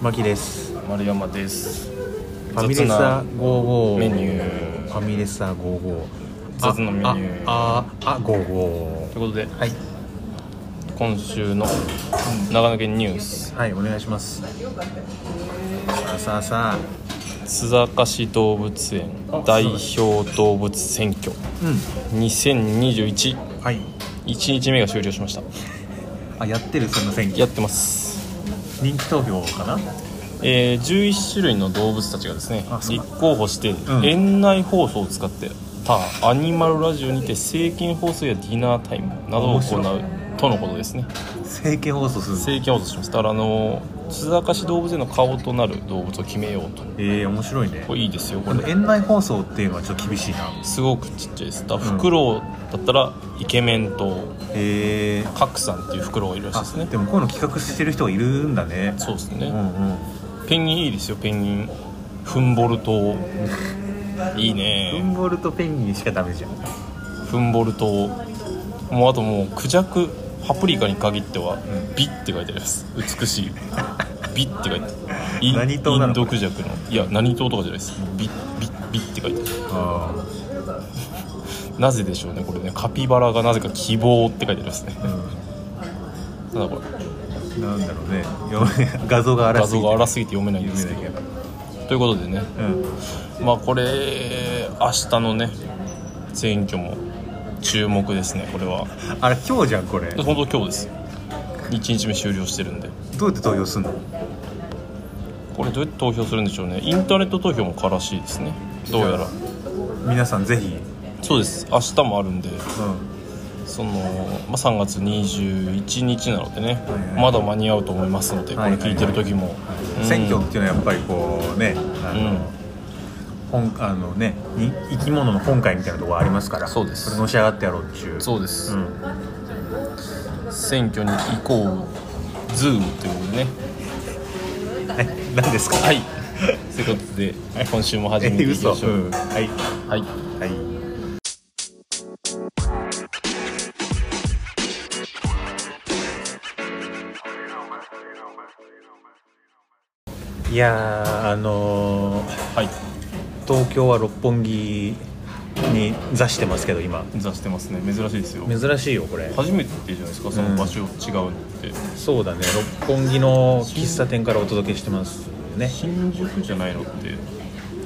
牧です丸山ですファミレスタ55メニューファミレスタ55雑なメニューあああ55ということではい今週の長野県ニュースはいお願いしますさあさあさ須坂市動物園代表動物選挙あう20211んはい日目が終了しましたあやってるその選挙やってます人気投票かなえー11種類の動物たちがですねあそう立なん候補して、ん園内放送を使って他アニマルラジオにて政見放送やディナータイムなどを行面うとのことですね政見放送する政見放送しますだからあの須坂市動物園の顔となる動物を決めようとえー、面白いねこれいいですよここのれ園内放送っていうのはちょっと厳しいなすごくちっちゃいですだからフクロウだったらイケメンとへえカクさんっていうフクロウがいるらしいあですねでもこういうの企画してる人がいるんだねそうですうね、んうんペンギンいいですよペンギンフンボルトいいウねンボルトペンギンしかダメじゃんフンボルトもうあともうクジャクパプリカに限ってはん美って書いてあります美しい美って書 いてあるイン何島なのインドクジャクのいや何島とかじゃないですもう美美美って書いてあるああなぜでしょうねこれねカピバラがなぜか希望って書いてありますねうなんだこれん、なんだろうね読め画像が荒画すぎて像が荒すぎて読めないんです読けどめないけどということでねうんまあこれ明日のね選挙も注目ですねこれはあれ今日じゃんこれどう本当今日です1日目終了してるんでやって投票すんのこれどうやって投票するんでしょうねインターネット投票もからしいですねどうやら皆さんぜひ、そうです明日もあるんでうその、まあ、3月21日なのではね、いはいまだ間に合うと思いますのでこはれいはいはい聞いてる時も、ん、選挙っていうのはやっぱりこうねあうん、うんの、本あのねに生き物の本会みたいなところありますからそうですこれのし上がってやろうっていうそうです、ん、選挙に行こうズームということでねはい何 ですかはいということで今週も始えめていき嘘、ましょう、うん、はいはいはいいやーあのー、はい東京は六本木に座してますけど今座してますね珍しいですよ珍しいよこれ初めてじゃないですかその場所違うのって、そうだね六本木の喫茶店からお届けしてますね新宿じゃないのって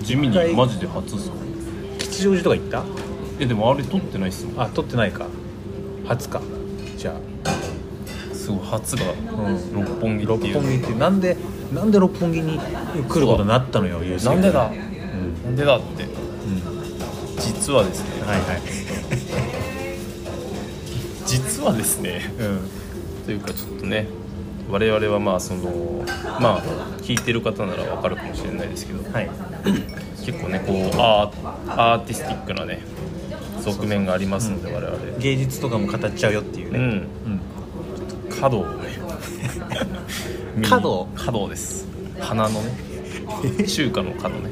地味にマジで初ですよ吉祥寺とか行ったえでもあれ撮ってないっすもあ撮ってないか初かじゃんすごい初があ、うん、六本木っ六ていう本木ってなんでなんで六本木に来ることになったのよユースケなんでだうんなんでだってうん実はですねはいはい実はですねうんというかちょっとね我々はまあそのまあ聞いてる方ならわかるかもしれないですけどはい結構ねこうアーアーティスティックなね側面がありますので我々芸術とかも語っちゃうよっていううね、んうん角を ね見に角角をです花のね中華の角ね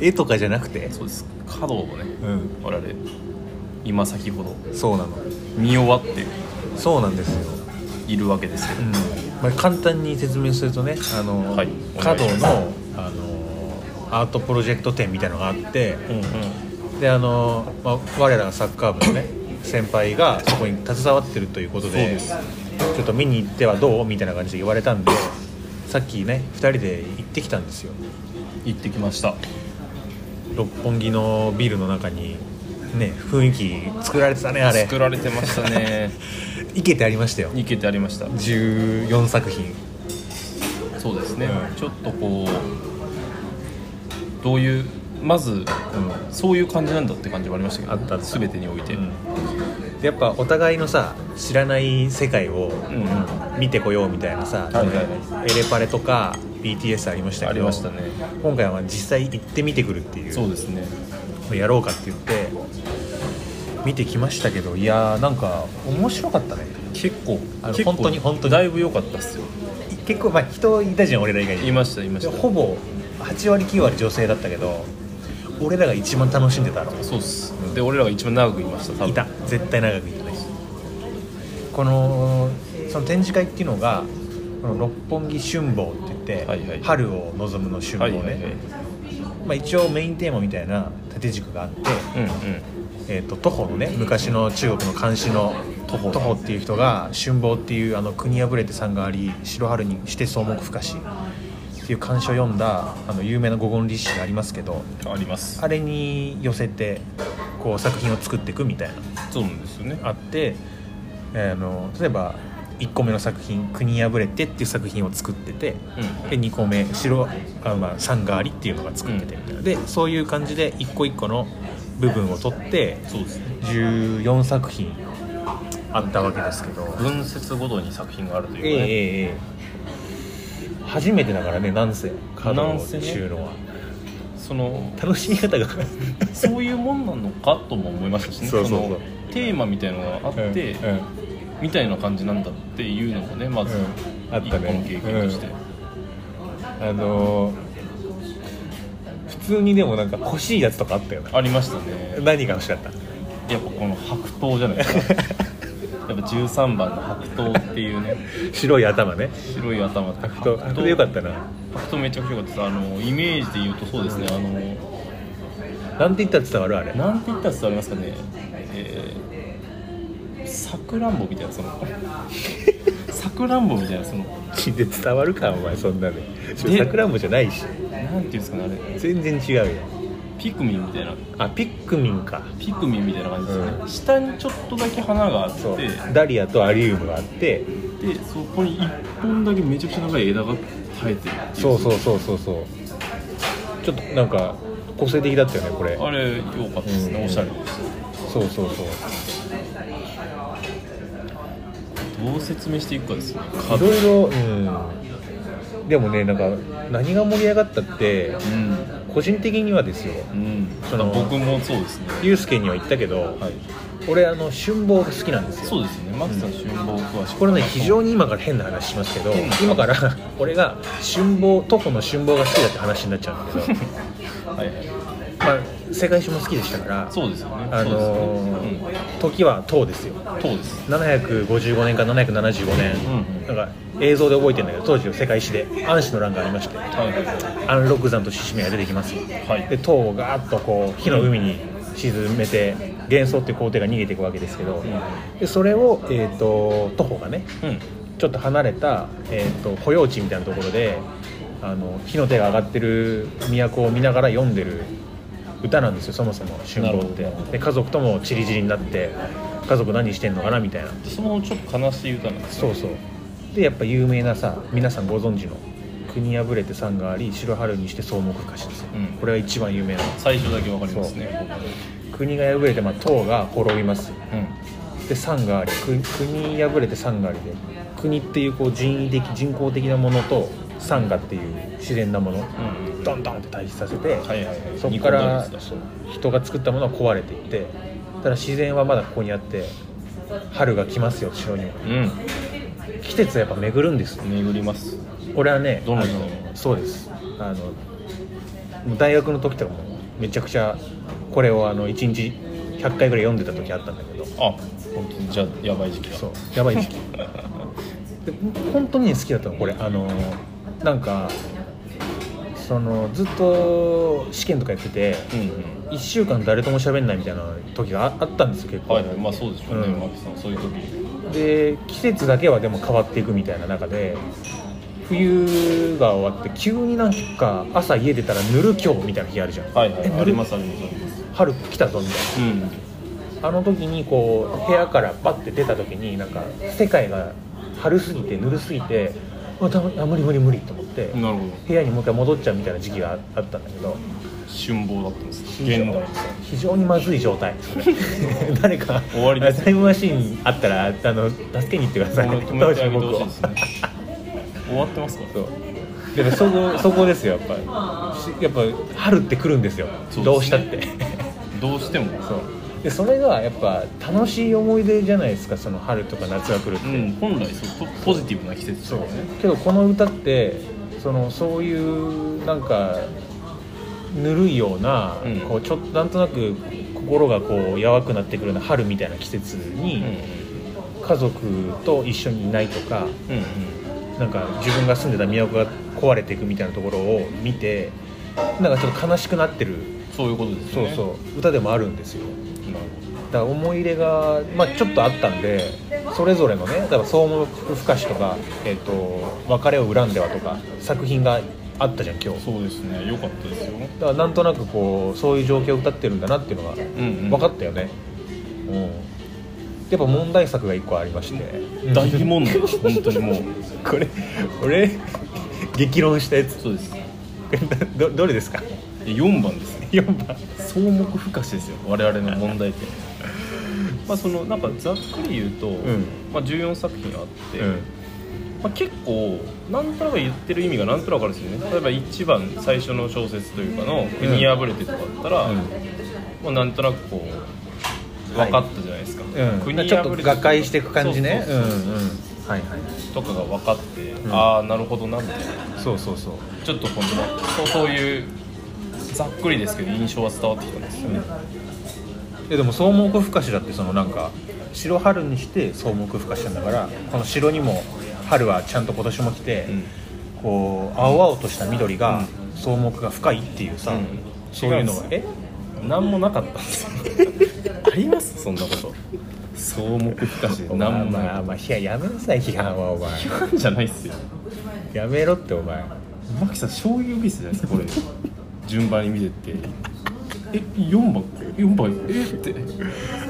絵とかじゃなくてそうです角をねうん我々今先ほどそうなの見終わってそうなんですよいるわけですけど、まあ、簡単に説明するとねあの、はい華道お願いしのあのアートプロジェクト展みたいのがあってうんうんであの、まあ、我らがサッカー部の ね先輩がそこに携わってるということそうでですちょっと見に行ってはどうみたいな感じで言われたんでさっきね2人で行ってきたんですよ行ってきました六本木のビルの中にね雰囲気作られてたねあれ作られてました ねいけてありましたよ行けてありました14作品そうですね、うんちょっとこうどういうまずそういう感じなんだって感じはありましたけどあったあった全てにおいて、うんでやっぱお互いのさ知らない世界をうんうんあ見てこようみたいなさ、はいはいエレパレとか BTS ありましたけどりましたね今回は実際行ってみてくるっていうそうですねやろうかって言って見てきましたけどいやーなんか面白かったね結構あの結構本当に本当にだいぶ良かったっすよ結構まあ人いたじゃん俺ら以外いにましたいましたほぼ8割9割女性だったけど俺らが一番楽しんでたのそうっすで俺らが一番長くいました多分いた絶対長くいたねこのその展示会っていうのがこの六本木春望って言って、はいはい春を望むの春望はいね、はいはいうんまあ、一応メインテーマみたいな縦軸があって、えー、と徒歩のね昔の中国の漢詩の徒歩っていう人が春望っていうあの国破れて山があり白春にして草木深しっていう漢詩を読んだあの有名な五言律詩がありますけどうんありますあれに寄せてこう作品を作っていくみたいなそうなんですよねあって、えーあの例えば1個目の作品「国破れて」っていう作品を作ってて、うんで2個目「白あまあ三があり」っていうのが作っててみたいな、でそういう感じで一個一個の部分を取ってそうですね14作品あったわけですけど、文節ごとに作品があるとえいうえかね、ええええ初めてだからねなんせ華道なんってせねいうのは、その楽しみ方がそういうもんなのかとも思いましたしねそうそうそうのテーマみたいのがあって、うんうんみたいな感じなんだっていうのもねまずうんあっ一た個のね経験として、うんあのー普通にでもなんか欲しいやつとかあったよなありましたね何が欲しかったやっぱこの白桃じゃない ですかやっぱ13番の白桃っていうね白い頭ね白い頭って白桃白桃よかったな白桃めちゃくちゃ良かったですあのイメージで言うとそうですねあのなんて言ったら伝わるあれなんて言ったら伝わりますかねえーさくらんぼみたいな そのさくらんぼみたいなその血で伝わるかお前そんなででさくらんぼじゃないしなんていうんですかねあれ全然違うよピクミンみたいなあピックミンかピクミンみたいな感じですよね、うん下にちょっとだけ花があってそうダリアとアリウムがあってでそこに一本だけめちゃくちゃ長い枝が生えてるっていそうそうそうそうそうちょっとなんか個性的だったよねこれあれ良かったですね、うんおしゃれでしそうそうそうたどう説明していくかですねいろいろうんでもねなんか何が盛り上がったってうん個人的にはですようんその僕もそうですねユうスケには言ったけど、はい俺あの春望が好きなんですよそうですねマキさん春望詳しくこれね非常に今から変な話しますけど変な話今から俺が春望徒歩の春望が好きだって話になっちゃうんだけどはいはいまあ世界史も好きでしたからそうですよねあのそうですよねー時は唐ですようんそうです755年か775うん年、うんなんか映像で覚えてるんだけど当時の世界史で安史の乱がありましてはいはいはい安禄山と獅子目が出てきますよはいで塔をガーッとこう火の海に沈めて幻想っていう皇帝が逃げていくわけですけどうでそれを、えー、と徒歩がねんうんちょっと離れた、えー、と保養地みたいなところであの火の手が上がってる都を見ながら読んでる歌なんですよそもそも春望っなてるほどで家族ともちりじりになって家族何してんのかなみたいなそのちょっと悲しい歌なんですそうそうでやっぱ有名なさ皆さんご存知の「国破れて山があり白春にして草木歌詞」ですよ、うんこれが一番有名な最初だけわかりますね国が破れて、まあ、党が滅びます僕うんで山があり国国破れて山がありで国っていうこう人為的人工的なものと山がっていう自然なものうんドンドンって対比させて、はいはいはいそこから二個目ですね人が作ったものは壊れていってただ自然はまだここにあって春が来ますよ後ろにはうん季節はやっぱ巡るんです巡ります俺はねどのあ人のそうですあのもう大学の時とかもめちゃくちゃこれをあの1日100回ぐらい読んでた時あったんだけどあ本当にじゃあやばい時期だそうやばい時期で本当にね好きだったのこれあのなんかそのずっと試験とかやっててうんうん1週間誰とも喋んないみたいな時がああったんですよ結構、はいはいまあそうでしょうね、うんマキさんそういう時で季節だけはでも変わっていくみたいな中で冬が終わって急になんか朝家出たらぬる今日みたいな日あるじゃん、はいはえいぬるありますありますあります春来たぞみたいなうんあの時にこう部屋からバッて出た時になんか世界が春すぎてぬるすぎてあだあ無理無理無理と思ってなるほど部屋にもう一回戻っちゃうみたいな時期がああったんだけど春望だったんですね現代非常にまずい状 態誰か終わりですタイムマシーンあったらあの助けに行ってくださいこれ止めてあげ当時てほしいのです僕をね終わってますかそうでもそこそこですよやっぱりしやっぱ春って来るんですよそうですねどうした ってどうしてもそうでそれがやっぱ楽しい思い出じゃないですかその春とか夏が来るって、うん本来そうポポジティブな季節ですそうよねけどこの歌ってそのそういうなんかぬるいような、うんこうちょっとなんとなく心がこうやわくなってくるような春みたいな季節うんに家族と一緒にいないとか、うんうんなんか自分が住んでた都が壊れていくみたいなところを見てなんかちょっと悲しくなってるそういうことですそようねそう歌でもあるんですよなるだから思い入れが、まあ、ちょっとあったんでそれぞれのねだから相馬深しとか、えっと別れを恨んではとか作品があったじゃん今日ほどそうですね良かったですよだからなんとなくこうそういう状況を歌ってるんだなっていうのがうん、うん、分かったよね、うんやっぱ問題作が1個ありまして大問題です本当にもう これ俺激論したやつそうですどどれですか4番ですね4番草木不可視ですよ我々の問 題点まあそのなんかざっくり言うと、んまあ、14作品あって、うんまあ、結構なんとなく言ってる意味がなんとなくあるんですよね例えば一番最初の小説というかの「国破れて」とかだったら、うんまあ、なんとなくこうはい分かったじゃないですか、うん国破れちょっとて瓦解していく感じねそうそうそううんうんはいはいとかが分かって、んああなるほどなみたいなそうそうそうちょっとこのそうそういうざっくりですけど印象は伝わってきたんですよね、えでも草木ふかしだってそのなんか白春にして草木ふかしなんだからこの白にも春はちゃんと今年も来て、うんこう青々とした緑がう草木が深いっていうさ、うんそういうのが違うんでえす何もなかったんですよ ありますそんなこと草木不可視でな何んもないまあまあいややめなさい批判はお前批判じゃないっすよやめろってお前マキさん醤油ビスじゃないですかこれ順番に見てってえ4番4番えって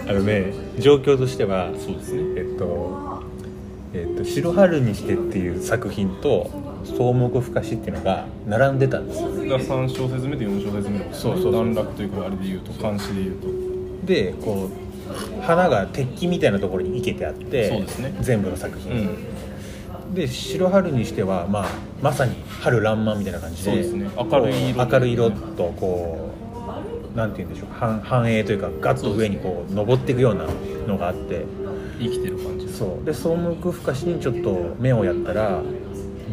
あのね状況としてはそうですねえっと「えっと、白春にして」っていう作品と「草木ふかし」っていうのが並んでたんですよが3小節目と4小節目のそうそうそう段落というかあれで言うと監視で言うとでこう花が鉄器みたいなところに生けてあってそうですね全部の作うん品、で白春にしては、まあ、まさに春爛漫みたいな感じでそうですね明るい色こう明るい色とこうなんて言うんでしょう繁繁栄というかガッと上にこう上っていくようなのがあって生きてる感じそうで草木ふかしにちょっと目をやったら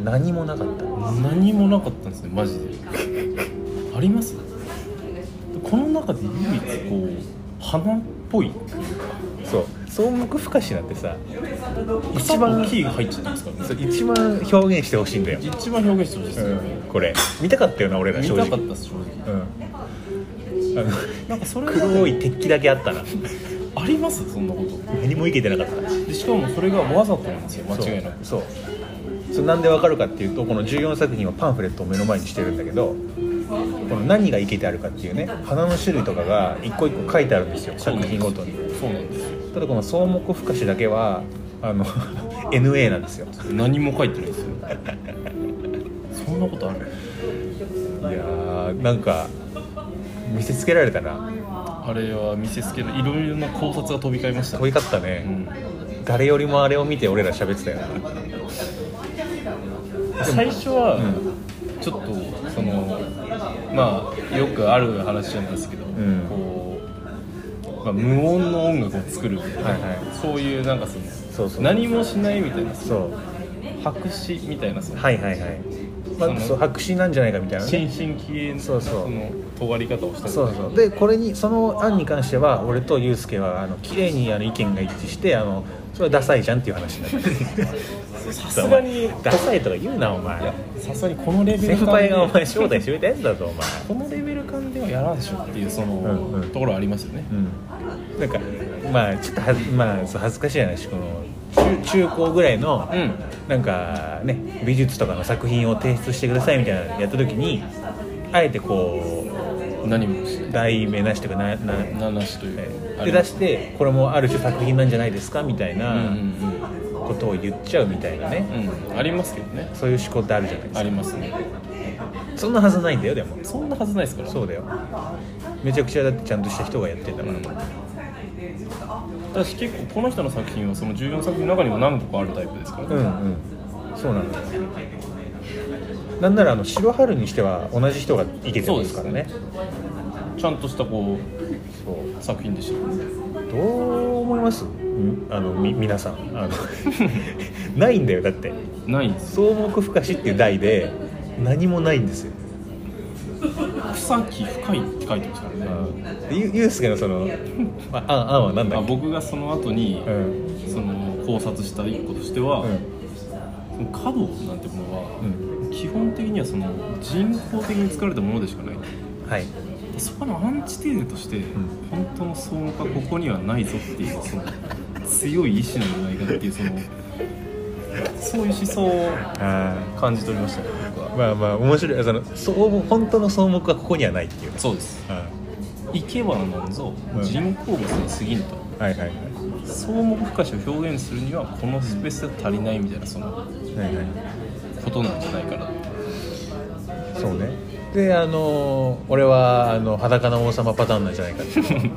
何もなかった何もなかったんですねマジでありますこの中で唯一こう花っぽいそう草木ふかしなんてさ一番キーが入っちゃってますからねそう一番表現してほしいんだよ、一番表現してほしいですうよね、ん、これ見たかったよな俺ら見正たか直ったです正直うんあのなんかそれ黒い鉄器だけあったなありますそんなこと何もいけてなかったでしかもそれがわざとなんですよ間違いなくそうそうそれなんでわかるかっていうとこの14作品はパンフレットを目の前にしてるんだけどこの何がいけてあるかっていうね花の種類とかが一個一個書いてあるんですよ作品ごとにそうなんですよただこの草木ふかしだけはあの NA なんですよ何も書いてないですよそんなことあるいやーなんか見せつけられたなあれは見せつけないいろいろな考察が飛び交いました遠いかったうね、ん誰よりもあれを見て俺ら喋ってたよな最初はちょっとそのまあよくある話じゃないですけど、んこう、まあ、無音の音楽を作るみたいな、はいはいそういうなんかそのそうそう何もしないみたいなそのそう白紙みたいなその、はいはいはい、まそあ、のそう白紙なんじゃないかみたいなね新進気鋭のそうそうの尖り方をしたそうそうでこれにその案に関しては俺とユうスケはあの綺麗にあの意見が一致してあのそれはダサいじゃんっていう話になって さすがにダサいとか言うなお前さすがにこのレベ先ル感で輩がお前招待してくれたやつだぞお前このレベル感ではやらんでしょっていうその、うんうんところはありますよねうんなんかまあちょっとはまあそう恥ずかしい話この中中高ぐらいの、うんなんかね美術とかの作品を提出してくださいみたいなのやった時にあえてこ何もしなう題名なしというかななななしというかで出してこれもある種作品なんじゃないですかみたいうんうなんことを言っちゃうみたいなね、うん、うん、ありますけどねそういう思考ってあるじゃないですあかりますねそんなはずないんだよでもそんなはずないですからそうだよめちゃくちゃだってちゃんとした人がやってんだうかんら、だし結構この人の作品はその14作品の中にも何個かあるタイプですから、うんうんそうなんだよなんならあの白春にしては同じ人がいけてるんですからねちゃんとしたこそうう作品でしたどう思いますんあのみ皆さんあの ないんだよだってないんです草木ふかしっていう題で何もないんですよ草木深いって書いてますからね、でゆゆうすけのそのああんあんはなんだあっけ僕がその後に、うんその考察した一個としては、うん華道なんてものは、うん基本的にはその人工的に作られたものでしかないはいそこのアンチテーゼとして、ん本当の相撲がここにはないぞっていうその強い意志なんじゃないかっていうそのそういう思想をあー感じ取りましたね僕はまあまあ面白いそのそう本当の草木はここにはないっていうねそうですあ生け花なんぞうん人工物に過ぎんとーはいはいはい草木不可視を表現するにはこのスペースでは足りないみたいなそのはいはいことなんじゃないかなってそうねであの俺はあの裸の王様パターンなんじゃない かっていう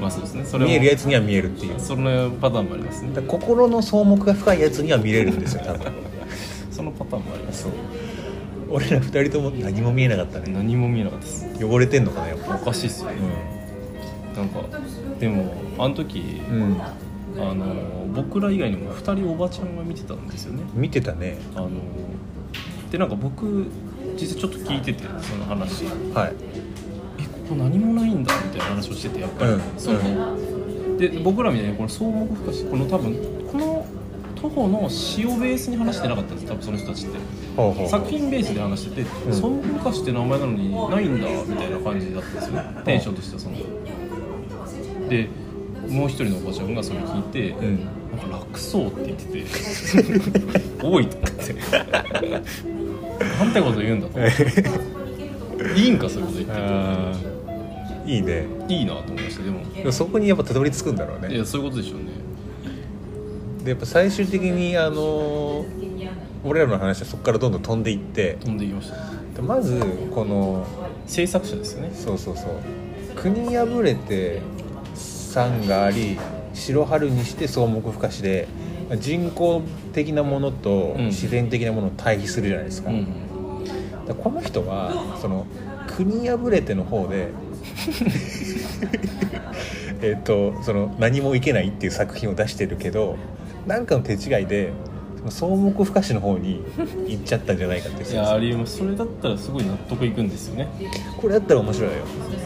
まあそうですねそれも見えるやつには見えるっていうそのパターンもありますねだから心の草木が深いやつには見れるんですよ多 分そのパターンもありますそう俺ら二人とも何も見えなかったね何も見えなかったです汚れてんのかなやっぱおかしいっすよねうなんかでもあの時、ん、うん、あの僕ら以外にも2人おばちゃんが見てたんですよね見てたねあのでなんか僕実際ちょっと聞いててその話えはいここ何もないんだみたいな話をしててやっぱり、うんその、で僕らみたいにこの草木深しこの多分この徒歩の詩をベースに話してなかったんです多分その人たちってほうほう作品ベースで話してて「ん草木深しって名前なのにないんだ」みたいな感じだったんですよねテンションとしてはそのでもう一人のおばちゃんがそれ聞いて、うんなんか楽そうって言 ってて多いと思ってなんてこと言うんだと思っていいんかそういうこと言ってあーいいねていいなと思いましたでもでもそこにやっぱたどり着くんだろうねいやそういうことでしょうねでやっぱ最終的にあのー俺らの話はそこからどんどん飛んでいって飛んでいきましたでまずこの制作者ですよねそうそうそう国破れて山があり白春にして草木不可視で人工的なものとうん自然的なものを対比するじゃないですか,、うんだからこの人はその国破れての方で えっとその何もいけないっていう作品を出してるけどなんかの手違いでその草木不可視の方に行っちゃったんじゃないかっていういやありえますそれだったらすごい納得いくんですよねこれだったら面白いよ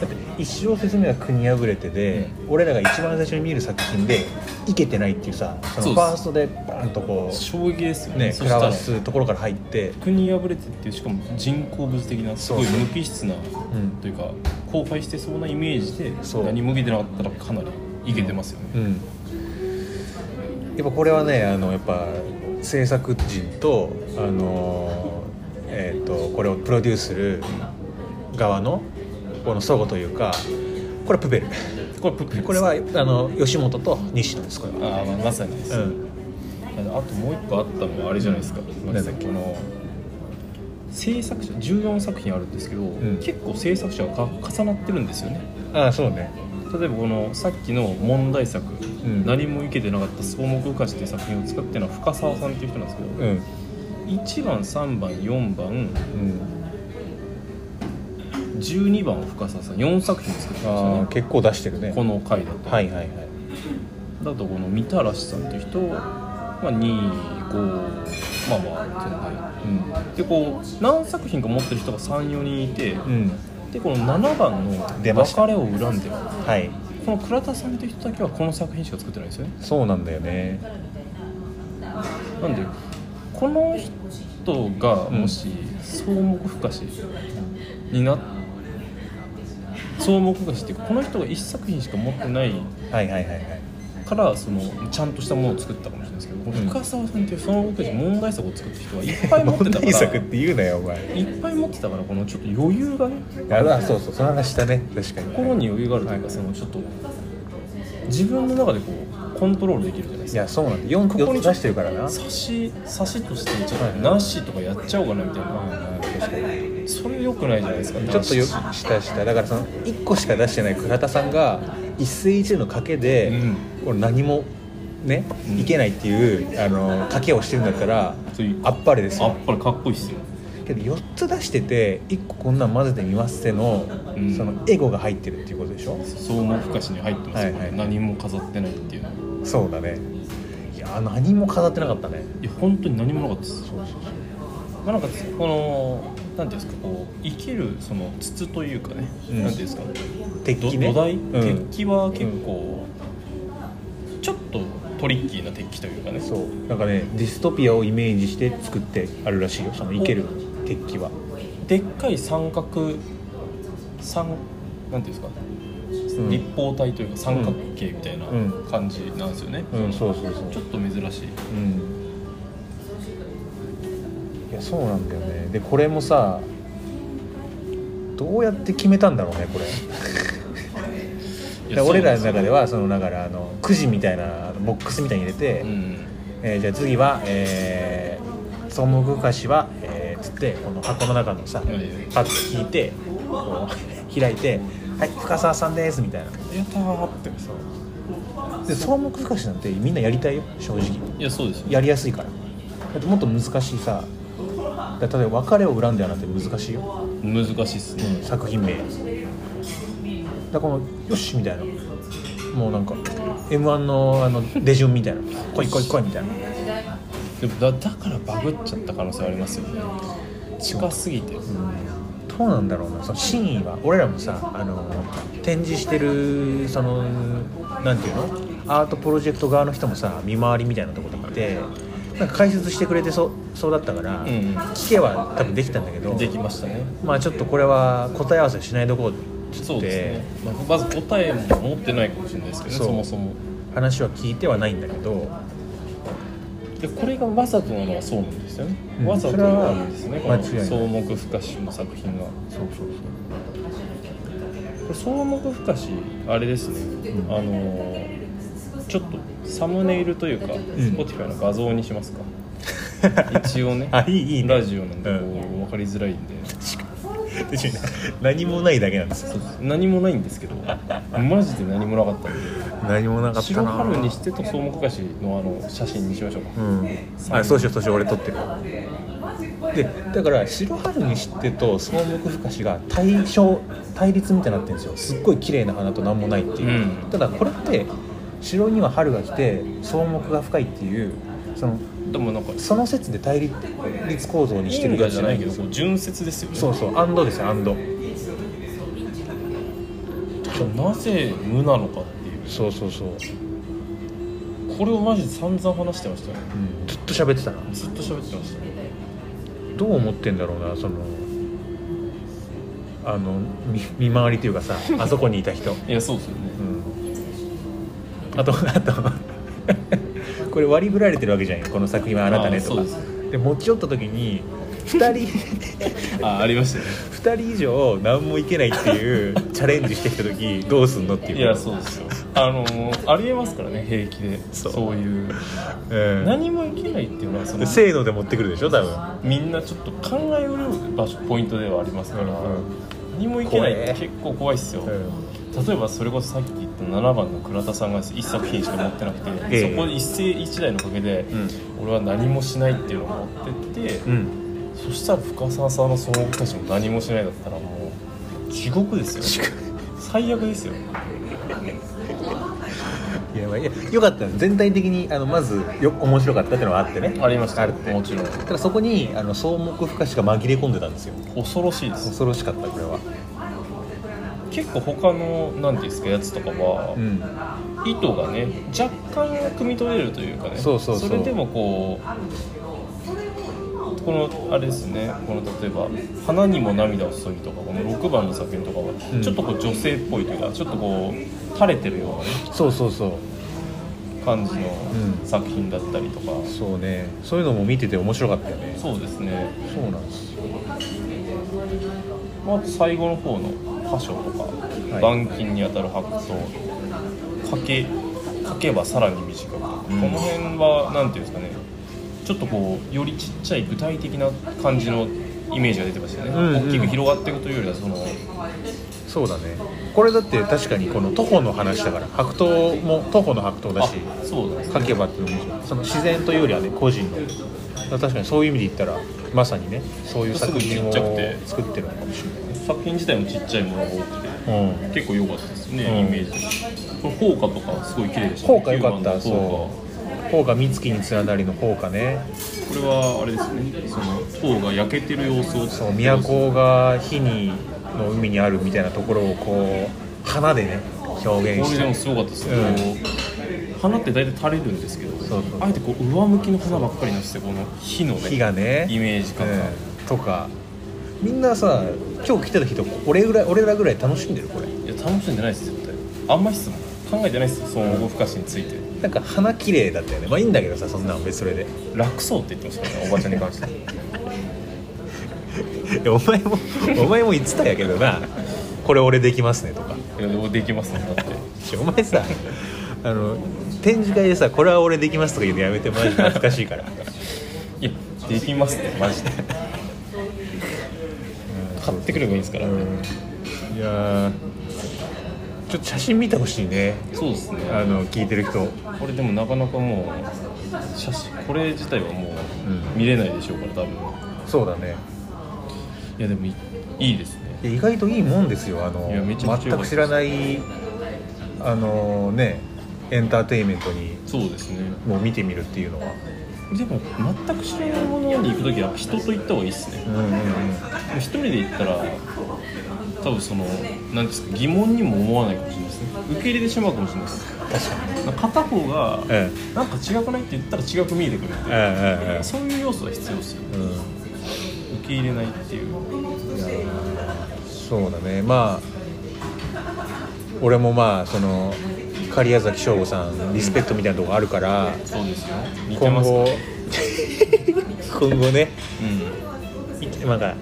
だって一小説目は「国破れてで」俺らが一番最初に見る作品で「いけてない」っていうさそそのフうですァーストでバーンとこ衝撃ですようねねそ食したららわすところから入って、国破れてっていうしかも人工物的なすごいそうそう無機質なうんというか荒廃してそうなイメージでそう何も見てなかったらかなりいけてますよね、うん、やっぱこれはねあのやっぱ制作人とあのえっ、とこれをプロデュースする側のこの齟齬というかこれはプペルこれプップですこれはあの吉本と西野ですこれは。ああまあまさにです、うんあともう一個あったのはあれじゃないですか、んなんだっけこの制作者14作品あるんですけど、ん結構制作者がか重なってるんですよねああそうね例えばこのさっきの問題作、ん何もいけてなかった「草木浮かし」っていう作品を使ってるのは深澤さんっていう人なんですけど、うん1番3番4番うん12番を深澤さん4作品作ってましたあねあ結構出してるねこの回だと、はいはいはいだとこのみたらしさんっていう人まあ25まあまあそのはうんいでこう何作品か持ってる人が34人いて、うんでこの7番の「出ました別れを恨んでははい」この倉田さんっていう人だけはこの作品しか作ってないんですよねそうなんだよねなんでこの人がもし草木不可視になっ草木不可視っていうかこの人が1作品しか持ってなはいいはいはいはいからそのちゃんとしたものを作ったかもしれないですけど、このうん深澤さんっていうその僕たち問題作を作った人はいっぱい持ってた問題か作っらて言うなよお前いっぱい持ってたからこのちょっと余裕がねああそうそうその話したね確かに心に余裕があるというかそのちょっと自分の中でこうコントロールできるじゃないですいかやそうなんだ 4, ここに4つ出してるからな差し差しとしてちょっはといなしとかやっちゃおうかなみたいなあー確かにそれ良くないじゃないですかちょっとよなししたしただからその1個しか出してない倉田さんが一世一代の賭けで、うんこれ何もね、うんいけないっていうあの賭けをしてるんだったらそういうあっぱれですあよっぱれかっこいいっすよけど4つ出してて1個こんなん混ぜてみますっての、うんそのエゴが入ってるっていうことでしょ相馬不可視に入ってますよ、はいはい何も飾ってないっていうのそうだねいや何も飾ってなかったねいや本当に何もなかったですそうそうまあ、なんかこのなんていうんですかこう生きるその筒というかね、うんなんていうんですか鉄土器ね土台、うん鉄器は結構、ちょっとトリッキーな敵機というかねそうなんかねディストピアをイメージして作ってあるらしいよそのいける鉄器はでっかい三角三なんていうんですか、ん立方体というか三角形みたいなうん感じなんですよね、うんそうそうそうちょっと珍しいうんいやそうなんだよねでこれもさどうやって決めたんだろうねこれいでや俺らのそう中ではそのだからあのくじみたいなボックスみたいに入れて、うんえーじゃあ次はえー総目歌詞はえーつってこの箱の中のさいやいやパッと引いてこう 開いて「はい深澤さんです」みたいなやったーってそうで総目歌詞なんてみんなやりたいよ正直いやそうですよやりやすいからだってもっと難しいさだから例えば「別れを恨んでは」なんて難しいよ、難しいっすね、作品名だからこの「よし」みたいなもうなんか m 1のあの出順みたいな「来い来い来い」みたいなでもだだからバグっちゃった可能性ありますよね近すぎて、どうなんだろうなその真意は俺らもさあの展示してるそのなんていうのアートプロジェクト側の人もさ見回りみたいなところにいてなんか解説してくれてそそうだったから、ん聞けは多分できたんだけどできましたねまあちょっとこれは答え合わせしないとこうっつそっうでてすね、まあまず答えも持ってないかもしれないですけどねそうそもそも話は聞いてはないんだけどでこれがわざとなのはそうなんですよね、うんわざとなんですねそこれはの間違いない草木不可視の作品がそうそうそこれ草木不可視あれですね、あのーちょっとサムネイルというか、Spotify の画像にします か一応ねあいいいいねラジオなんでこうう分かりづらいんで何もないだけなんですよ何もないんですけどマジで何もなかったんで何もなかった白な春にしてと草木菓子のあの写真にしましょうか、うん、あそうしようそうしよう俺撮ってるでだから白春に知ってと草木ふかしが対象対立みたいになってるんですよすっごい綺麗な花と何もないっていう、うんただこれって白には春が来て草木が深いっていうそのでもなんかその説で対立構造にしてる因果かじじゃゃなないいけけどどこう純説ですよねそうそうアンドですよアンドなぜ無なのかっていそうそうそう、うこれをマジで散々話してましたねうん、ずっと喋ってたなずっと喋ってましたねどう思ってんだろうなそのあの見見回りというかさあそこにいた人いやそうですよね、うんあとあと これ割り振られてるわけじゃんよこの作品はあなたねとかあーそうで持ち寄った時に2人 あありましたね二人以上何もいけないっていうチャレンジしてきた時どうすんのっていういやそうですよあのありえますからね平気でそそうういううん何もいけないっていうのはそでのせーので持ってくるでしょ多分みんなちょっと考えうる場所ポイントではありますから、うんうん何もいけないって怖結構怖いっすよ、う例えばそれこそさっき言った7番の倉田さんが1作品しか持ってなくて、ええそこ一世一代のおかげで、ん俺は何もしないっていうのを持ってって、うんそしたら深澤さんのその僕たちも何もしないだったらもう地獄ですよ最悪ですよいやまあいやよかったの全体的にあのまずよ面白かったっていうのはあってねありましたあるってもちろんただそこにあの草木不可視が紛れ込んでたんですよ恐ろしいです恐ろしかったこれは結構他の何ていうんですかやつとかは、うん糸がね若干汲み取れるというかねそうそうそうれでもこうこのあれですねこの例えば「花にも涙を注ぎ」とかこの6番の作品とかは、うんちょっとこう女性っぽいというかちょっとこう垂れてるようなねそうそうそう感じのうん作品だったりとか、そうねそういうのも見てて面白かったよねそうですね、そうなんですよまあ、あと最後の方の「箇所」とか「はい板金に当たる白桃」「かけ」「かけばさらに短く」とか、うんこの辺は何ていうんですかねちょっとこうよりちっちゃい具体的な感じのイメージが出てましたね、うんうん大きく広がっていくというよりはそのそうだねこれだって確かにこの徒歩の話だから白桃も徒歩の白桃だあしそうだね書けばっていうのも面白いその自然というよりはね個人のだから確かにそういう意味で言ったらまさにねそういう作品をすごいちっちゃくて作ってるのかもしれ作品自体もちっちゃいものが多くなていね、結構良かったですね、うんイメージこれ効果とかすごい綺麗でうしん、たね効果良かったそ九番の効う果効果三月に連なりの効果ねこれはあれですねその塔が焼けてる様子をそう都が火にの海にあるみたいなところをこう花でね表現これしでてもすごかったですね、う花って大体垂れるんですけどそうそうあえてこう上向きの花ばっかりなんですよこの火のね火がねイメージ感が、うんとかみんなさ今日来てた人俺ぐらい俺らぐらい楽しんでるこれいや楽しんでないです絶対あんまり質問考えてないですよその動不可視について、なんか花綺麗だったよねまあいいんだけどさそんなん別にそれで楽そうって言ってましたねおばちゃんに関して いやお前 もお前も言ってたんやけどなこれ俺できますねとかいやでもできますねだっていやお前さあの展示会でさこれは俺できますとか言うのやめてマジ恥ずかしい からいやできますねマジで買ってくればいいですから、うんいやーちょっと写真見てほしいねそうですねあの聞いてる人これでもなかなかもう写真これ自体はもうんう見れないでしょうから多分そうだねいやでもいいいいですねいや意外といいもんですよあのいやめちゃくちゃ全良かったく知らないあのねエンターテインメントにそうですねもう見てみるっていうのはでも全く知らないものに行く時は人と行った方がいいですねうんうんうん一人で行ったら多分その何ですか疑問にも思わないかもしれないですね受け入れてしまうかもしれないです確かになんか片方がえなんか違くないって言ったら違く見えてくるんえでえええそういう要素は必要ですよねえうん受け入れないっていうそうだねまあ俺もまあその狩矢崎省吾さんリスペクトみたいなとこあるからそうですよ似て今ますか後 今後ねうんいなんか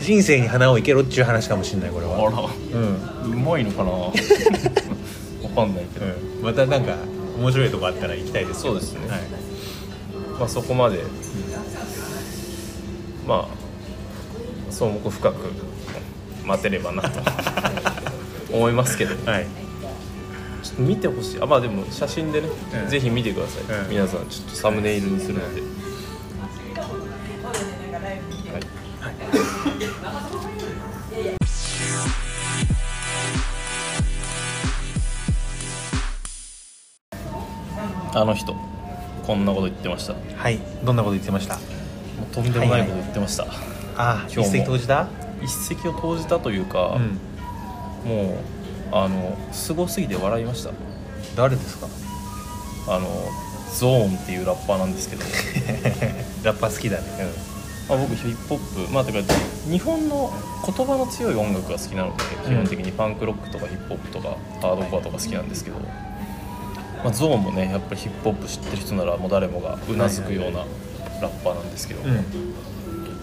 人生に花を生けろっちゅう話かもしれないこれはあらうん、うん、うまい のかなわかんないけど、またなんか面白いとこあったら行きたいですそうですねはい、まあ、そこまで、まあそう目深く待て ればなと思いますけどちょはい、っと見てほしいあまあでも写真でね、ええぜひ見てください、ええ皆さんちょっとサムネイルにするんで、はいあの人こんなこと言ってましたもはい、どんなこと言ってましたうとんでもないこと言ってました、ああ一今日も石投じた一石を投じたというか、うんもうあのすごすぎて笑いました誰ですかあのゾーンっていうラッパーなんですけど、ラッパ好きだねまあ、僕ヒップホップまあだから日本の言葉の強い音楽が好きなので基本的にパンクロックとかヒップホップとかハードコアとか好きなんですけど、まあ、ゾーンもねやっぱりヒップホップ知ってる人ならもう誰もがうなずくようなラッパーなんですけど、うん、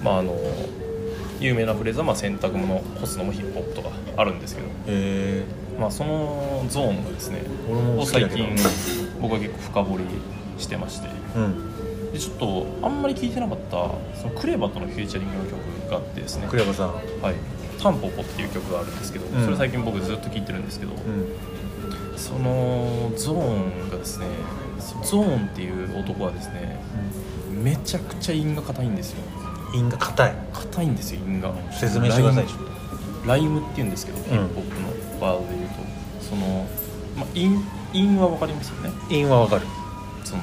まああの有名なフレーズはまあ洗濯物干すのもヒップホップとかあるんですけどえまあ、そのゾーンがですね俺もを好きだけ最ど近僕は結構深掘りしてましてー、うんでちょっとあんまり聞いてなかったそのクレバとのフューチャリングの曲があってですねクレバさんはい「タンポポ」っていう曲があるんですけど、うんそれ最近僕ずっと聞いてるんですけど、うんそのゾーンがですねそのゾーンっていう男はですねめちゃくちゃ韻が硬いんですよ韻が硬い硬いんですよ韻が説明してくださいライちょっムライムっていうんですけど、ヒップホップのワードで言うとその、まあ、韻韻は分かりますよねと韻はわかる、その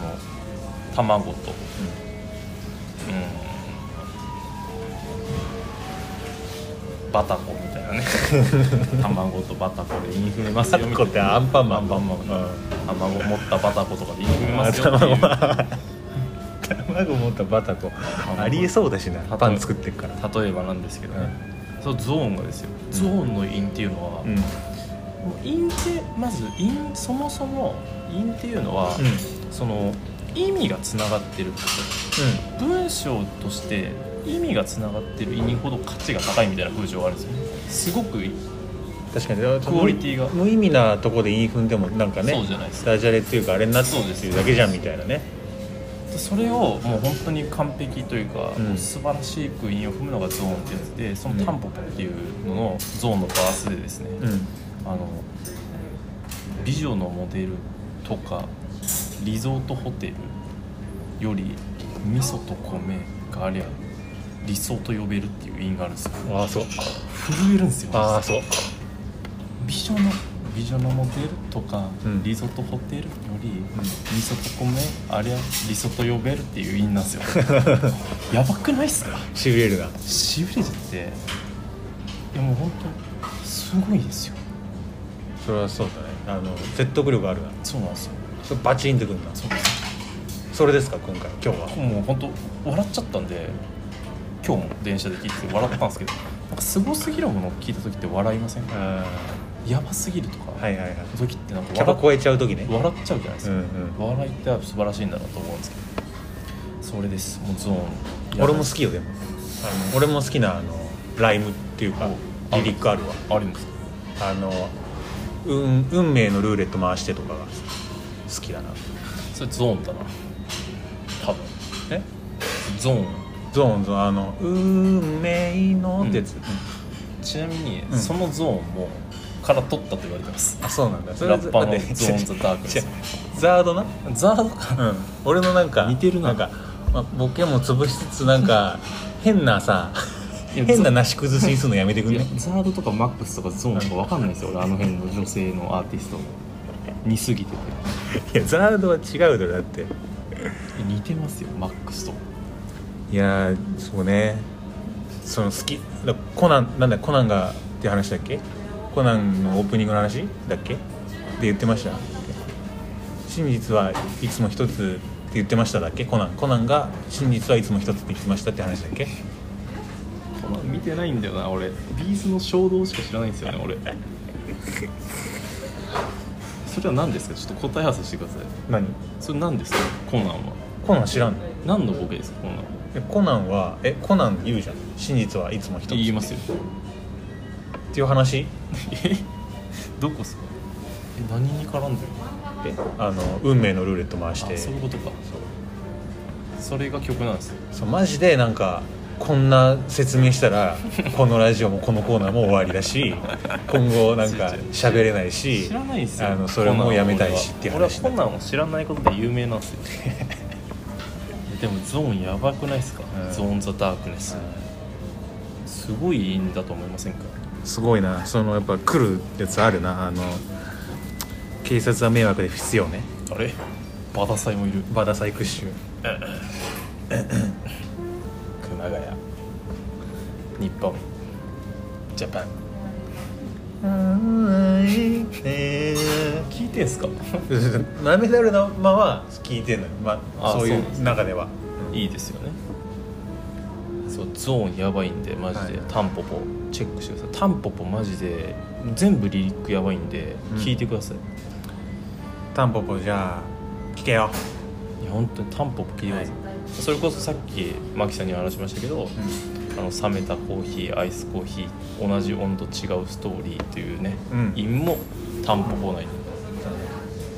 卵とうんバタコみたい なね卵とバタコでインフレますよみたいなバタコってアンパンマンアンパンマン、うん卵持ったバタコとかでインフレますよっていう卵は卵持ったバタコありえそうだしなパン作ってるから例えばなんですけどね、そのゾーンがですよ、ゾーンの韻っていうのは、うんもう韻ってまず韻そもそも韻っていうのは、その意味がつながってるってこと文章として意味がつながってる意味ほど価値が高いみたいな風潮があるんですよねすごくいい確かにクオリティが無意味なとこで言い踏んでもなんかねそうじゃないですかダジャレっていうかあれになってそうでするだけじゃんみたいなねそれをもう本当に完璧というか、うんもう素晴らしい句韻を踏むのがゾーンってやつでそのタンポポっていうののゾーンのバースでですね、うんあの美女のモデルとかリゾートホテルより味噌と米がありゃ理想と呼べるっていう韻があるんですよああそう震えるんですよああそう美女の美女のモデルとか、うんリゾートホテルより、リゾート米あれはリゾート呼べるっていう意味なんで すよやばくないっすかしびれるなしびれちゃっていやもう本当すごいですよそれはそうだねあの説得力あるなそうなんですよそれバチンとくんだそうそれですか今回今日はもう本当笑っちゃったんで今日も電車で聞いてて笑ったんですけどなんかすごすぎるものを聞いた時って笑いませんうんやばすぎるとか、はいはいはい時ってなんキャかパ笑っ超えちゃう時ね笑っちゃうじゃないですうか、ん笑いって素晴らしいんだなと思うんですけどそれですもうゾーンうん俺も好きよでもあの俺も好きなあのライムっていうかおリリックあるわあるんですかあの、うん、運命のルーレット回してとかが好きだなそれゾーンだな多分えゾーンゾーンゾーンあの「運命の」ってやつ、うんちなみに、うんそのゾーンもから取ったと言われてますあそうなんだラッパーのだってゾーンズダークです違うザードなザードかうん俺のなんか似てるなんか、まあ、ボケも潰しつつなんか変なさいや変ななし崩しにするのやめてくんいやねザードとかマックスとかゾーンとかわかんないですよ俺あの辺の女性のアーティスト似すぎてていやザードは違うだろだって似てますよマックスといやーそうねその好きだコナンなんだコナンがって話だっけコナンのオープニングの話だっけって言ってました真実はいつも一つって言ってましただっけコナンコナンが真実はいつも一つって言ってましたって話だっけこの見てないんだよな俺ビーズの衝動しか知らないんですよね俺それは何ですかちょっと答え合わせしてください何それ何ですかコナンはコナン知らんの何のボケですかコナンはえコナンはえコナン言うじゃん真実はいつも一つ言いますよっていう話えどこっすかえ何に絡んでるえあの運命のルーレット回してあそういうことかそれが曲なんですよそうマジでなんかこんな説明した らこのラジオもこのコーナーも終わりだし今後なんか喋れないし知らないですよあのそれもやめたいしっていう俺は話俺はコナンを知らないことで有名なんです よでもゾーンやばくないですか、うんゾーン・ザ・ダークネスすごいいいんだと思いませんかすごいなそのやっぱ来るやつあるなあの警察は迷惑で必要ねあれバダサイもいるバダサイクッシュ熊谷日本ジャパン聞いてん すかナメダルのまは聞いてんのよ、まあ、あそういそうですう中ではいいですよねそうゾーンやばいんでマジはで、いタンポポチェックしてくださいタンポポマジで全部リリックやばいんでうん聞いてください、タンポポじゃあ聞けよ、いや本当にタンポポ聞いてください、はそれこそさっきマキさんに話しましたけど、あの冷めたコーヒーアイスコーヒー同じ温度違うストーリーというね、うん韻もタンポポ内に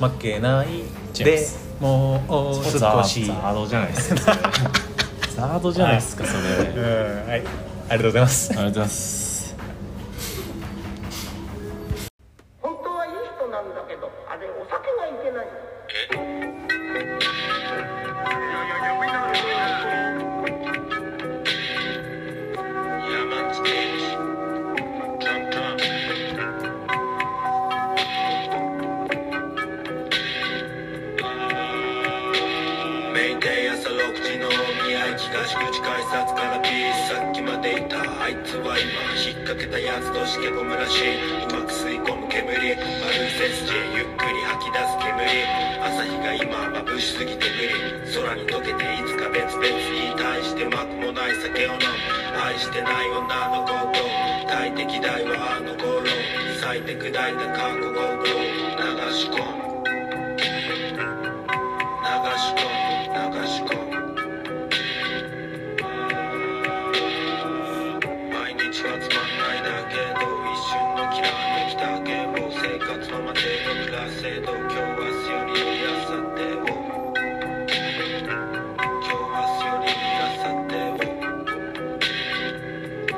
負けない違いまですもう少しザードじゃないですかそれザードじゃないですかそれうんありがとうはいありがとうございますございます本当はいい人なんだけどあれお酒がいけないメイデイ朝6時のお見合い東口改札からビーチさっきまでいたあいつは今引っ掛けたやつとしけ込むらしいうまく吸い込む煙悪い背筋ゆっくり吐き出す煙朝日が今眩しすぎて無理空に溶けていつか別々に対してまくもない酒を飲む愛してない女の子と大敵代はあの頃咲いて砕いた過去ごと流し込む流し込む流し込む毎日はつまんないだけど一瞬のきらめきだけもう生活のまでの暮らせど今日明日より明後日を今日明日より明後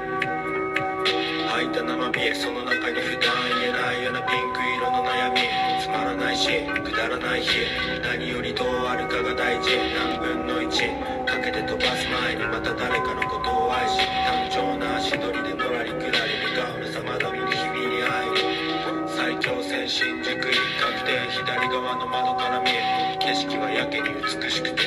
日を吐いた生ビールその中に普段言えないようなピンク色の悩みつまらないしくだらない日何よりどうあるかが大事何分の1かけて飛ばす前にまた誰かのことを愛し単調な足取りでのらりくらり向かうのさまだ見る日々に会う最強線新宿一角で左側の窓から見え景色はやけに美しくて